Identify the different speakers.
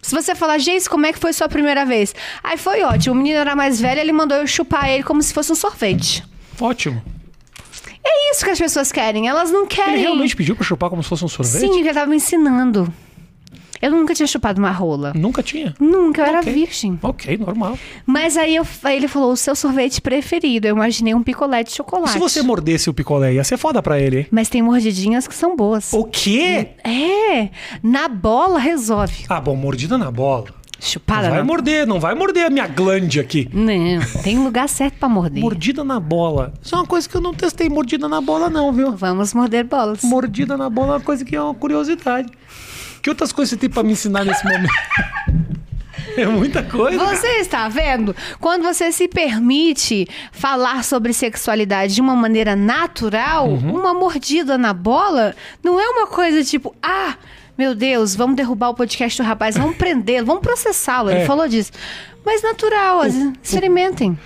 Speaker 1: Se você falar, Geis, como é que foi sua primeira vez? Aí foi ótimo. O menino era mais velho, ele mandou eu chupar ele como se fosse um sorvete.
Speaker 2: Ótimo.
Speaker 1: É isso que as pessoas querem. Elas não querem.
Speaker 2: Ele realmente pediu pra chupar como se fosse um sorvete?
Speaker 1: É Sim, ele já tava me ensinando. Eu nunca tinha chupado uma rola.
Speaker 2: Nunca tinha.
Speaker 1: Nunca, eu era
Speaker 2: Ok.
Speaker 1: virgem.
Speaker 2: Ok, normal.
Speaker 1: Mas aí, eu- aí ele falou, o seu sorvete preferido. Eu imaginei um picolé de chocolate.
Speaker 2: Se você mordesse o picolé, ia ser foda pra ele, hein?
Speaker 1: Mas tem mordidinhas que são boas.
Speaker 2: O quê?
Speaker 1: É, na bola resolve.
Speaker 2: Ah, bom, mordida na bola.
Speaker 1: Chupada
Speaker 2: vai
Speaker 1: na
Speaker 2: morder, não vai morder a minha glande aqui.
Speaker 1: Não, tem lugar certo pra morder.
Speaker 2: Mordida na bola. Isso é uma coisa que eu não testei, mordida na bola, não, viu?
Speaker 1: Vamos morder bolas.
Speaker 2: Mordida na bola é uma coisa que é uma curiosidade. Que outras coisas você tem pra me ensinar nesse momento? é muita coisa. cara.
Speaker 1: Você está vendo? Quando você se permite falar sobre sexualidade de uma maneira natural,
Speaker 2: Uhum.
Speaker 1: uma mordida na bola não é uma coisa tipo, ah, meu Deus, vamos derrubar o podcast do rapaz, vamos prendê-lo, vamos processá-lo. Ele
Speaker 2: É.
Speaker 1: falou disso. Mas natural, as- experimentem.